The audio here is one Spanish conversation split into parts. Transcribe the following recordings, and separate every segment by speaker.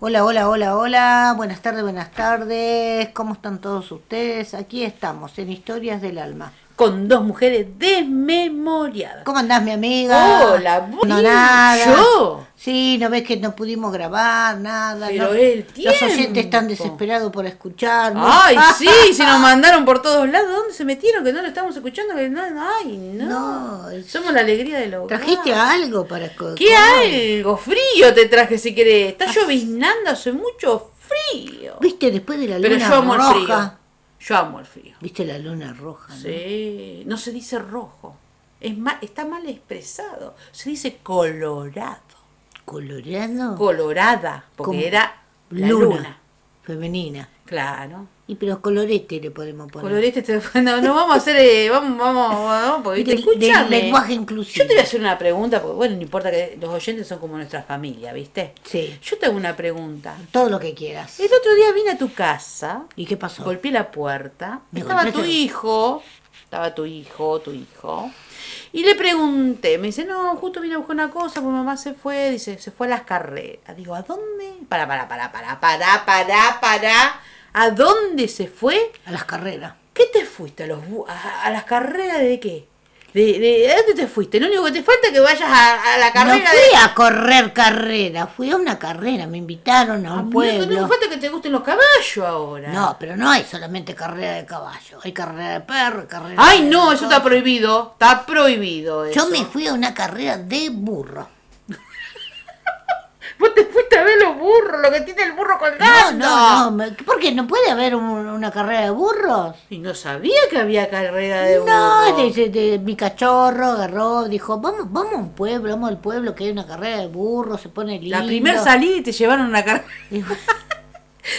Speaker 1: Hola, hola, hola, hola. Buenas tardes, buenas tardes. ¿Cómo están todos ustedes? Aquí estamos en Historias del Alma.
Speaker 2: Con dos mujeres desmemoriadas.
Speaker 1: ¿Cómo andás, mi amiga?
Speaker 2: Hola, vos.
Speaker 1: No nada.
Speaker 2: ¿Yo?
Speaker 1: Sí, no ves que no pudimos grabar nada.
Speaker 2: Pero
Speaker 1: no-
Speaker 2: el
Speaker 1: Los oyentes están
Speaker 2: tiempo.
Speaker 1: desesperados por escucharnos.
Speaker 2: Ay, sí, se nos mandaron por todos lados. ¿Dónde se metieron? Que no lo estamos escuchando. Que no, no, ay, no.
Speaker 1: No, es-
Speaker 2: Somos la alegría de los.
Speaker 1: ¿Trajiste algo para co-
Speaker 2: ¿Qué algo? Frío te traje si querés. Está lloviznando, hace mucho frío.
Speaker 1: ¿Viste después de la luna
Speaker 2: Pero yo amo
Speaker 1: roja?
Speaker 2: el frío. Yo amo el frío.
Speaker 1: ¿Viste la luna roja? no?
Speaker 2: Sí, no se dice rojo. Es ma- está mal expresado. Se dice colorado.
Speaker 1: Colorado.
Speaker 2: Colorada, porque
Speaker 1: Como
Speaker 2: era la luna.
Speaker 1: Femenina.
Speaker 2: Claro.
Speaker 1: Y pero colorete le podemos poner.
Speaker 2: Coloriste, te- no, no vamos a hacer, eh, vamos, vamos, vamos, porque
Speaker 1: Del- del
Speaker 2: escúchame.
Speaker 1: lenguaje inclusivo.
Speaker 2: Yo te voy a hacer una pregunta, porque bueno, no importa que los oyentes son como nuestra familia, ¿viste?
Speaker 1: Sí.
Speaker 2: Yo te hago una pregunta.
Speaker 1: Todo lo que quieras.
Speaker 2: El otro día vine a tu casa,
Speaker 1: ¿Y qué pasó?
Speaker 2: golpeé la puerta,
Speaker 1: Me
Speaker 2: estaba tu
Speaker 1: golpeaste.
Speaker 2: hijo, estaba tu hijo, tu hijo, y le pregunté, me dice, no, justo vine a buscar una cosa, pues mamá se fue, dice, se fue a las carreras. Digo, ¿a dónde? Para, para, para, para, para, para, para. ¿A dónde se fue?
Speaker 1: A las carreras.
Speaker 2: ¿Qué te fuiste a, los, bu- a, a las carreras de qué? De, de, ¿a dónde te fuiste? Lo único que te falta es que vayas a, a la carrera
Speaker 1: no
Speaker 2: de...
Speaker 1: fui a correr carrera, fui a una carrera, me invitaron a
Speaker 2: Ah,
Speaker 1: un
Speaker 2: mira, Lo único
Speaker 1: pueblo.
Speaker 2: que falta es que te gusten los caballos ahora.
Speaker 1: No, pero no hay solamente carrera de caballo, hay carrera de perro, carrera
Speaker 2: Ay,
Speaker 1: de-
Speaker 2: no, eso está prohibido. Está prohibido eso.
Speaker 1: Yo me fui a una carrera de burro.
Speaker 2: Vos te fuiste a ver los burros, lo que tiene el burro
Speaker 1: No,
Speaker 2: colgando.
Speaker 1: no, no, me- ¿por qué? ¿No puede haber un- una carrera de burros?
Speaker 2: Y no sabía que había carrera de
Speaker 1: No,
Speaker 2: burros.
Speaker 1: de, de- de- mi cachorro agarró, dijo, vamos, vamos a un pueblo, vamos al pueblo que hay una carrera de burros, se pone lindo.
Speaker 2: La primera salida y te llevaron a una carrera.
Speaker 1: Y-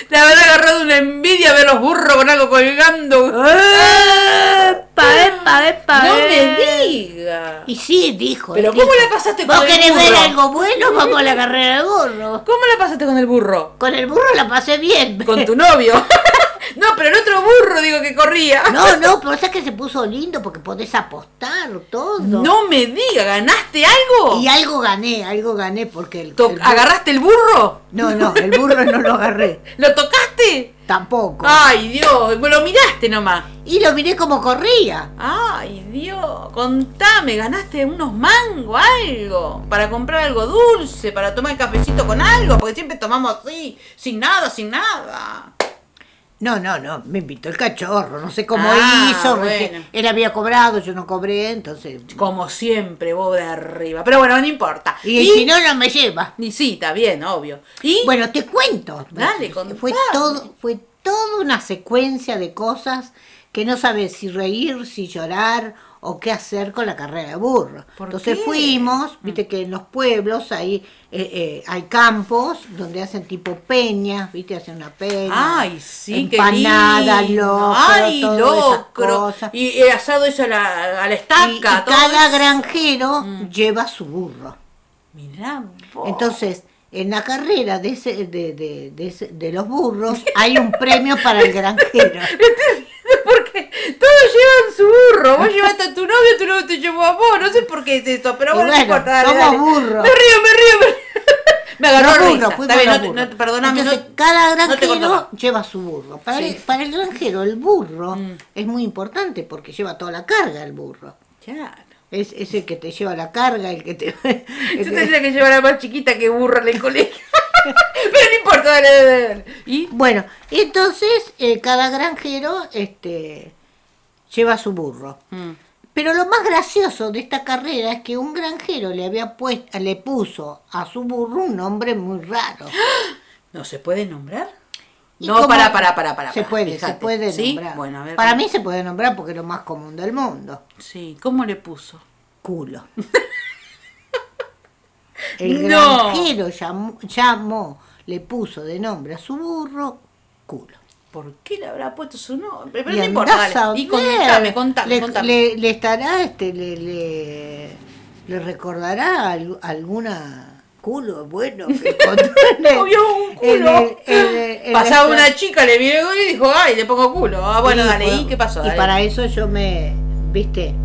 Speaker 2: Te habrá agarrado una envidia ver los burros con algo colgando. ¡Epa,
Speaker 1: epa, epa,
Speaker 2: No
Speaker 1: eh!
Speaker 2: me digas.
Speaker 1: Y sí, dijo.
Speaker 2: Pero
Speaker 1: él
Speaker 2: ¿cómo
Speaker 1: dijo,
Speaker 2: la pasaste
Speaker 1: ¿Vos
Speaker 2: con el
Speaker 1: querés ver
Speaker 2: burro?
Speaker 1: algo bueno? Vamos a la carrera de burro.
Speaker 2: ¿Cómo la pasaste con el burro?
Speaker 1: Con el burro la pasé bien.
Speaker 2: Con tu novio. no, pero el otro burro, digo, que corría.
Speaker 1: No, no, pero es que se puso lindo porque podés apostar todo.
Speaker 2: No me digas, ¿ganaste algo?
Speaker 1: Y algo gané, algo gané porque el,
Speaker 2: To-
Speaker 1: el burro-
Speaker 2: ¿Agarraste el burro?
Speaker 1: No, no, el burro no lo agarré.
Speaker 2: ¿Lo tocaste?
Speaker 1: Tampoco.
Speaker 2: Ay, Dios, lo miraste nomás.
Speaker 1: Y lo miré como corría.
Speaker 2: Ay, Dios, contame, ¿ganaste unos mangos, algo? Para comprar algo dulce, para tomar cafecito con algo, porque siempre tomamos así, sin nada, sin nada.
Speaker 1: No, no, no, me invitó el cachorro, no sé cómo
Speaker 2: Ah,
Speaker 1: hizo.
Speaker 2: bueno.
Speaker 1: recién- Él había cobrado, yo no cobré, entonces.
Speaker 2: Como siempre, vos de arriba. Pero bueno, no importa.
Speaker 1: Y, si no, no me lleva.
Speaker 2: y sí, está bien, obvio. Y
Speaker 1: Bueno, te cuento. Este,
Speaker 2: Dale,
Speaker 1: fue
Speaker 2: contame.
Speaker 1: todo, fue toda una secuencia de cosas que no sabes si reír, si llorar o qué hacer con la carrera de burro.
Speaker 2: ¿Por
Speaker 1: Entonces
Speaker 2: qué? Mm.
Speaker 1: fuimos, viste que en los pueblos hay, eh, eh, hay campos donde hacen tipo peñas, viste, hacen una peña.
Speaker 2: Ay, sí, qué
Speaker 1: empanada,
Speaker 2: lindo.
Speaker 1: locro,
Speaker 2: Ay,
Speaker 1: todas
Speaker 2: locro.
Speaker 1: esas cosas.
Speaker 2: Y he asado eso a la, a la estaca.
Speaker 1: Y- y
Speaker 2: todo
Speaker 1: cada
Speaker 2: eso. Mm.
Speaker 1: granjero lleva su burro.
Speaker 2: Mirá vos.
Speaker 1: Entonces, en la carrera de, ese- de, de- de ese- de los burros hay un premio para el granjero.
Speaker 2: Porque todos llevan su burro. Vos llevaste a tu novio, tu novio te llevó a vos. No sé por qué es esto, pero
Speaker 1: Y
Speaker 2: bueno, no
Speaker 1: bueno,
Speaker 2: importa. dale,
Speaker 1: somos
Speaker 2: dale.
Speaker 1: burros.
Speaker 2: Me río, me río, me río. Me agarró
Speaker 1: Los
Speaker 2: risa.
Speaker 1: burros, fuimos
Speaker 2: Está bien,
Speaker 1: los
Speaker 2: no te-
Speaker 1: burros.
Speaker 2: no te- perdóname,
Speaker 1: Entonces,
Speaker 2: no-
Speaker 1: cada
Speaker 2: no te
Speaker 1: granjero
Speaker 2: controlo.
Speaker 1: lleva su burro. Para,
Speaker 2: Sí.
Speaker 1: el, para el granjero, el burro
Speaker 2: Mm.
Speaker 1: es muy importante porque lleva toda la carga el burro.
Speaker 2: Claro.
Speaker 1: Es, es el que te lleva la carga, el que te... el
Speaker 2: Yo
Speaker 1: que-
Speaker 2: tendría que llevar a la más chiquita que burro en el colegio. Pero no importa, dale, dale, dale. ¿Y?
Speaker 1: Bueno, entonces eh, cada granjero este, lleva su burro.
Speaker 2: mm,
Speaker 1: Pero lo más gracioso de esta carrera es que un granjero le había puesto, le puso a su burro un nombre muy raro.
Speaker 2: ¿No se puede nombrar?
Speaker 1: Y
Speaker 2: No,
Speaker 1: como-
Speaker 2: para, para, para, para.
Speaker 1: Se
Speaker 2: para,
Speaker 1: puede, se
Speaker 2: fíjate.
Speaker 1: puede
Speaker 2: ¿Sí?
Speaker 1: nombrar.
Speaker 2: Bueno, a ver.
Speaker 1: Para
Speaker 2: ¿cómo?
Speaker 1: mí se puede nombrar porque es lo más común del mundo.
Speaker 2: Sí, ¿cómo le puso?
Speaker 1: Culo. El
Speaker 2: No.
Speaker 1: granjero llamó, llamó, le puso de nombre a su burro culo.
Speaker 2: ¿Por qué le habrá puesto su nombre? Pero
Speaker 1: Y
Speaker 2: no importa,
Speaker 1: andás a
Speaker 2: dale. Y
Speaker 1: ver.
Speaker 2: contame, contame,
Speaker 1: le,
Speaker 2: contame.
Speaker 1: Le, le estará, este, le, le, le recordará al- alguna culo bueno que encontró en el-
Speaker 2: Vio un
Speaker 1: en
Speaker 2: culo.
Speaker 1: el- en el- en
Speaker 2: Pasaba
Speaker 1: el-
Speaker 2: una chica, le vio y dijo, ay, le pongo culo. Ah, bueno,
Speaker 1: Y,
Speaker 2: dale, ¿y
Speaker 1: bueno,
Speaker 2: qué pasó?
Speaker 1: Y
Speaker 2: Dale.
Speaker 1: para eso yo me, viste,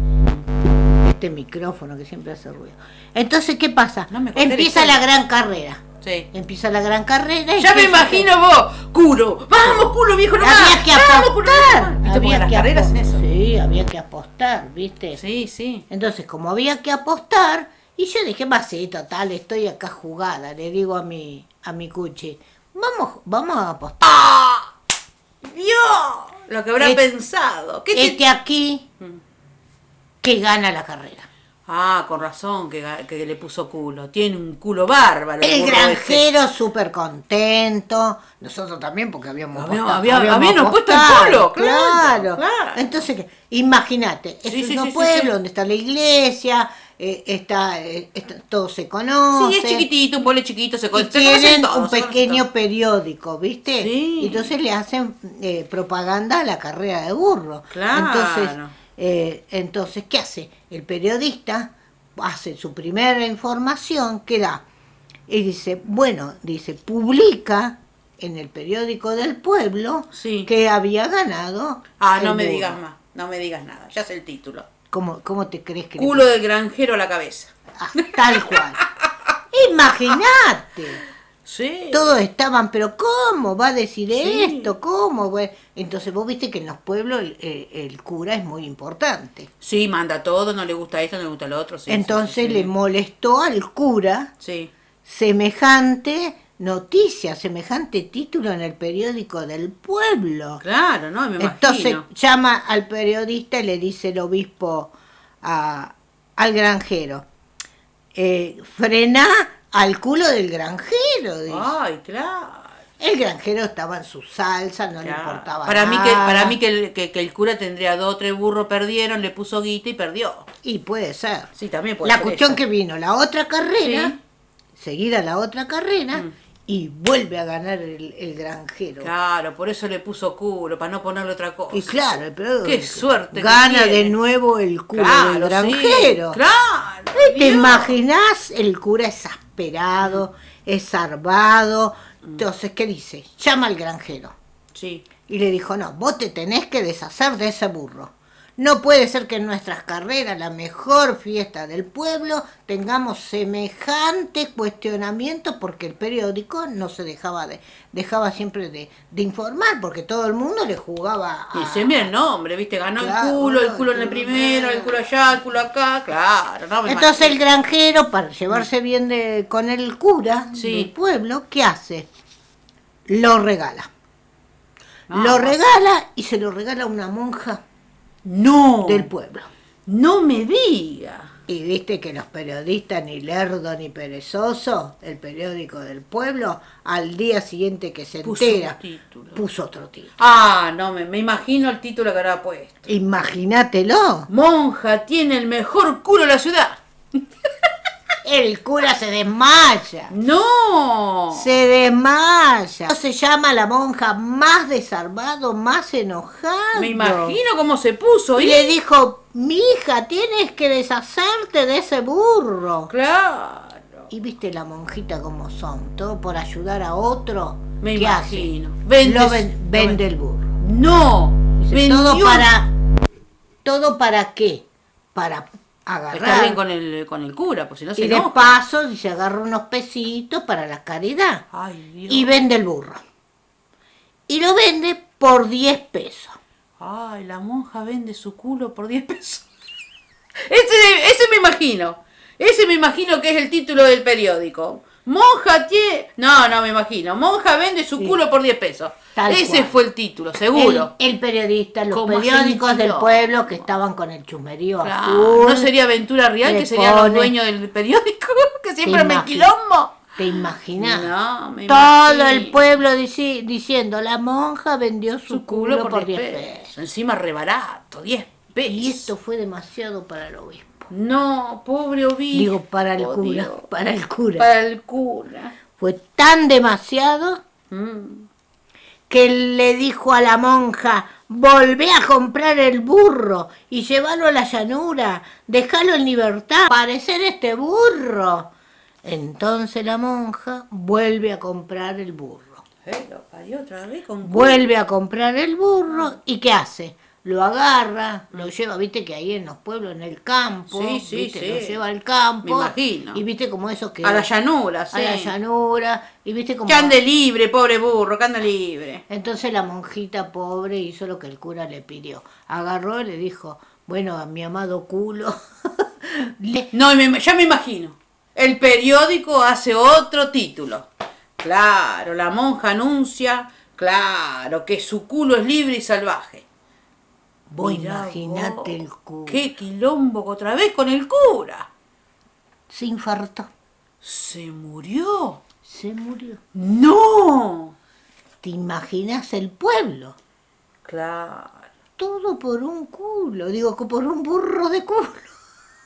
Speaker 1: este micrófono que siempre hace ruido. Entonces, ¿qué pasa?
Speaker 2: No me conté la
Speaker 1: Empieza la
Speaker 2: historia.
Speaker 1: gran carrera.
Speaker 2: Sí.
Speaker 1: Empieza la gran carrera. y
Speaker 2: Ya me
Speaker 1: ¿qué sucede?
Speaker 2: imagino vos, culo. Vamos, culo, viejo, no
Speaker 1: Había que
Speaker 2: Vamos, culo.
Speaker 1: apostar.
Speaker 2: ¿Viste? Porque
Speaker 1: Había
Speaker 2: las
Speaker 1: que
Speaker 2: carreras
Speaker 1: apos-
Speaker 2: es eso.
Speaker 1: Sí, había que apostar, ¿viste?
Speaker 2: Sí, sí.
Speaker 1: Entonces, como había que apostar, y yo dije, va, sí, total, estoy acá jugada, le digo a mi, a mi cuchi, vamos, vamos a apostar. Ah.
Speaker 2: Dios, lo que habrá
Speaker 1: Et-
Speaker 2: pensado. ¿Qué te- Mm.
Speaker 1: Este aquí que gana la carrera.
Speaker 2: Ah, con razón que, ga- que le puso culo. Tiene un culo bárbaro.
Speaker 1: El
Speaker 2: burro este. ese.
Speaker 1: granjero súper contento, nosotros también porque habíamos
Speaker 2: Había-
Speaker 1: apostado.
Speaker 2: había- habíamos puesto el
Speaker 1: apostado,
Speaker 2: polo, claro,
Speaker 1: claro.
Speaker 2: claro.
Speaker 1: Entonces, ¿qué? imagínate, es
Speaker 2: Sí, sí,
Speaker 1: un
Speaker 2: sí, sí,
Speaker 1: pueblo
Speaker 2: sí.
Speaker 1: donde está la iglesia, eh, está, eh, está- todos se conocen.
Speaker 2: Sí, es chiquitito, un pueblo chiquito, se
Speaker 1: Y
Speaker 2: con- se conocen
Speaker 1: Pues tienen
Speaker 2: todos,
Speaker 1: un
Speaker 2: se conocen
Speaker 1: pequeño
Speaker 2: todos.
Speaker 1: periódico, ¿viste?
Speaker 2: Sí.
Speaker 1: Entonces le hacen eh, propaganda a la carrera de burro.
Speaker 2: Claro.
Speaker 1: Entonces, eh, entonces, ¿qué hace? El periodista hace su primera información que da. Y dice, bueno, dice, publica en el periódico del pueblo
Speaker 2: Sí.
Speaker 1: que había ganado.
Speaker 2: Ah,
Speaker 1: el
Speaker 2: no me
Speaker 1: burro.
Speaker 2: digas más, no me digas nada. Ya sé el título.
Speaker 1: ¿Cómo, cómo te crees que le-
Speaker 2: Culo del granjero a la cabeza.
Speaker 1: Ah, tal cual. Imagínate.
Speaker 2: Sí.
Speaker 1: Todos estaban, pero ¿cómo va a decir
Speaker 2: Sí.
Speaker 1: esto? ¿Cómo? va-?" Entonces vos viste que en los pueblos el, el- el cura es muy importante.
Speaker 2: Sí, manda todo, no le gusta esto, no le gusta lo otro. sí, sí,
Speaker 1: Entonces
Speaker 2: sí, sí.
Speaker 1: le molestó al cura
Speaker 2: Sí.
Speaker 1: semejante noticia, semejante título en el periódico del pueblo.
Speaker 2: Claro, ¿no? Me
Speaker 1: Entonces
Speaker 2: imagino.
Speaker 1: llama al periodista y le dice el obispo a- al granjero, eh, frená al culo del granjero. dice.
Speaker 2: Ay, claro.
Speaker 1: El granjero estaba en su salsa, no le
Speaker 2: Claro.
Speaker 1: importaba
Speaker 2: para mí
Speaker 1: nada.
Speaker 2: que para mí que el, que, que el cura tendría dos o tres burros perdieron le puso guita y perdió
Speaker 1: Y puede ser.
Speaker 2: sí también puede
Speaker 1: La
Speaker 2: ser
Speaker 1: cuestión
Speaker 2: eso.
Speaker 1: que vino, la otra carrera,
Speaker 2: Sí. Mm.
Speaker 1: seguida la otra carrera, y vuelve a ganar el, el granjero.
Speaker 2: claro por eso le puso culo para no ponerle otra cosa
Speaker 1: Y claro, el periodista
Speaker 2: Qué suerte que
Speaker 1: Gana
Speaker 2: tiene.
Speaker 1: de nuevo el cura del
Speaker 2: sí,
Speaker 1: granjero.
Speaker 2: claro
Speaker 1: ¿Te
Speaker 2: Dios.
Speaker 1: imaginas? El cura exasperado,
Speaker 2: Mm.
Speaker 1: exarvado. Entonces, ¿qué dice? Llama al granjero.
Speaker 2: sí
Speaker 1: Y le dijo, no, vos te tenés que deshacer de ese burro. No puede ser que en nuestras carreras, la mejor fiesta del pueblo, tengamos semejante cuestionamiento porque el periódico no se dejaba de, dejaba siempre de, de informar, porque todo el mundo le jugaba a...
Speaker 2: y se mira el nombre viste ganó el
Speaker 1: Ah. Claro,
Speaker 2: culo el culo en el
Speaker 1: el culo
Speaker 2: primero
Speaker 1: acá.
Speaker 2: el culo allá el culo acá claro no me
Speaker 1: Entonces el
Speaker 2: imagino.
Speaker 1: granjero, para llevarse bien de, con el cura
Speaker 2: Mm. Sí.
Speaker 1: del pueblo, ¿qué hace? Lo regala.
Speaker 2: Ah,
Speaker 1: lo
Speaker 2: bueno.
Speaker 1: regala y se lo regala a una monja
Speaker 2: no
Speaker 1: del pueblo.
Speaker 2: no me diga
Speaker 1: Y viste que los periodistas, ni lerdo ni perezoso, el periódico del pueblo, al día siguiente que se
Speaker 2: Puso
Speaker 1: entera,
Speaker 2: un título.
Speaker 1: puso otro título.
Speaker 2: ah no me, me imagino el título que habrá puesto
Speaker 1: Imagínatelo.
Speaker 2: monja tiene el mejor culo de la ciudad
Speaker 1: El cura se desmaya.
Speaker 2: No.
Speaker 1: Se desmaya. Se llama la monja más desarmado, más enojado.
Speaker 2: Me imagino cómo se puso. ¿eh?
Speaker 1: Y
Speaker 2: ¿y?
Speaker 1: le dijo, mi hija, tienes que deshacerte de ese burro.
Speaker 2: Claro.
Speaker 1: Y viste la monjita como son, todo por ayudar a otro.
Speaker 2: Me
Speaker 1: ¿Qué hace?
Speaker 2: imagino. Vende,
Speaker 1: Lo ven- vende el burro.
Speaker 2: No.
Speaker 1: Dice,
Speaker 2: vendió-
Speaker 1: todo para todo para qué para
Speaker 2: Está bien
Speaker 1: agarrar
Speaker 2: con el, con el cura, pues si no se
Speaker 1: y de
Speaker 2: enoja.
Speaker 1: paso se agarra unos pesitos para la caridad
Speaker 2: Ay, Dios.
Speaker 1: y vende el burro y lo vende por 10 pesos
Speaker 2: Ay, la monja vende su culo por 10 pesos. Ese, ese me imagino. Ese me imagino que es el título del periódico. Monja tiene. No, no me imagino. Monja vende su
Speaker 1: Sí.
Speaker 2: culo por 10 pesos.
Speaker 1: Tal
Speaker 2: ese
Speaker 1: cual.
Speaker 2: fue el título,
Speaker 1: el,
Speaker 2: seguro.
Speaker 1: el periodista los
Speaker 2: Como
Speaker 1: periódicos
Speaker 2: hacen
Speaker 1: del
Speaker 2: quilombo.
Speaker 1: pueblo que estaban con el chumerío
Speaker 2: Claro,
Speaker 1: azul
Speaker 2: ¿No sería Ventura Real
Speaker 1: le
Speaker 2: que sería los
Speaker 1: pone-
Speaker 2: dueños del periódico? Que siempre
Speaker 1: Te
Speaker 2: me
Speaker 1: imagi-
Speaker 2: quilombo.
Speaker 1: te imaginas
Speaker 2: No, me
Speaker 1: todo
Speaker 2: imagino.
Speaker 1: el pueblo dici- diciendo la monja vendió su,
Speaker 2: Su culo por 10
Speaker 1: pesos.
Speaker 2: pesos. Encima re barato, 10 pesos.
Speaker 1: y esto fue demasiado para el obispo
Speaker 2: No, pobre obispo.
Speaker 1: Digo, para el cura,
Speaker 2: Dios.
Speaker 1: para el cura.
Speaker 2: Para el cura.
Speaker 1: Fue tan demasiado
Speaker 2: Mm.
Speaker 1: que le dijo a la monja, volvé a comprar el burro y llévalo a la llanura, dejalo en libertad, parecer este burro. Entonces la monja vuelve a comprar el burro.
Speaker 2: Eh, lo parió otra vez con cura.
Speaker 1: Vuelve a comprar el burro y ¿qué hace? lo agarra, lo lleva, viste que ahí en los pueblos, en el campo,
Speaker 2: Sí, sí,
Speaker 1: ¿viste?
Speaker 2: sí.
Speaker 1: lo lleva al campo.
Speaker 2: Me imagino.
Speaker 1: Y viste como eso que...
Speaker 2: A la llanura, sí.
Speaker 1: a la llanura, y viste como...
Speaker 2: Que ande libre, pobre burro, que ande libre.
Speaker 1: Entonces la monjita pobre hizo lo que el cura le pidió. Agarró y le dijo, bueno, a mi amado culo, le-
Speaker 2: No, y me- ya me imagino. El periódico hace otro título. Claro, la monja anuncia, claro, que su culo es libre y salvaje.
Speaker 1: vos
Speaker 2: Mirá vos,
Speaker 1: imaginate el culo.
Speaker 2: Qué quilombo otra vez con el cura.
Speaker 1: Se infartó,
Speaker 2: Se murió.
Speaker 1: se murió.
Speaker 2: No.
Speaker 1: ¿Te imaginas el pueblo?
Speaker 2: Claro.
Speaker 1: Todo por un culo, digo, que por un burro de culo.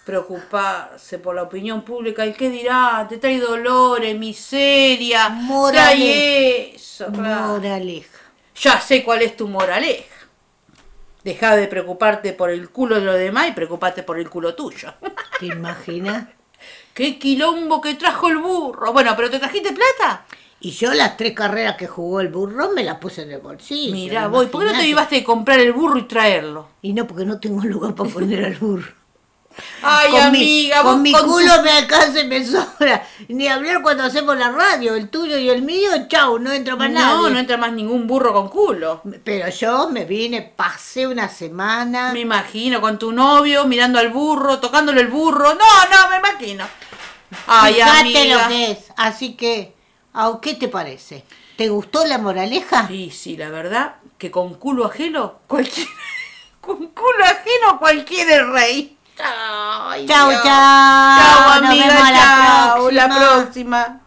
Speaker 2: Preocuparse por la opinión pública. ¿Y qué dirá? Te trae dolores, miseria.
Speaker 1: Moraleja.
Speaker 2: Trae eso. Claro.
Speaker 1: Moraleja.
Speaker 2: Ya sé cuál es tu moraleja. Deja de preocuparte por el culo de los demás y preocupate por el culo tuyo.
Speaker 1: ¿Te imaginas?
Speaker 2: ¡Qué quilombo que trajo el burro! Bueno, pero ¿te trajiste plata?
Speaker 1: Y yo las tres carreras que jugó el burro me las puse en el bolsillo.
Speaker 2: Mirá, voy. ¿Por qué no te
Speaker 1: imaginate.
Speaker 2: llevaste de comprar el burro y traerlo?
Speaker 1: Y no, porque no tengo lugar para poner al burro.
Speaker 2: Ay,
Speaker 1: con
Speaker 2: amiga,
Speaker 1: mi,
Speaker 2: vos
Speaker 1: con mi
Speaker 2: con tu-
Speaker 1: culo me alcanza y me sobra. Ni hablar cuando hacemos la radio, el tuyo y el mío, chau, no entro para
Speaker 2: No, no
Speaker 1: nadie.
Speaker 2: entra más ningún burro con culo.
Speaker 1: Pero yo me vine, pasé una semana.
Speaker 2: Me imagino, con tu novio mirando al burro, tocándole el burro. No, no, me imagino. Ay,
Speaker 1: Fíjate
Speaker 2: amiga.
Speaker 1: lo que es. Así que, au, ¿qué te parece? ¿Te gustó la moraleja?
Speaker 2: Sí, sí, la verdad que con culo ajeno, cualquier. Con culo ajeno, cualquier es rey. Ay,
Speaker 1: Chau,
Speaker 2: Dios.
Speaker 1: chau.
Speaker 2: Chau,
Speaker 1: Ah, Nos
Speaker 2: amiga,
Speaker 1: vemos a
Speaker 2: chau. La
Speaker 1: La próxima.
Speaker 2: próxima.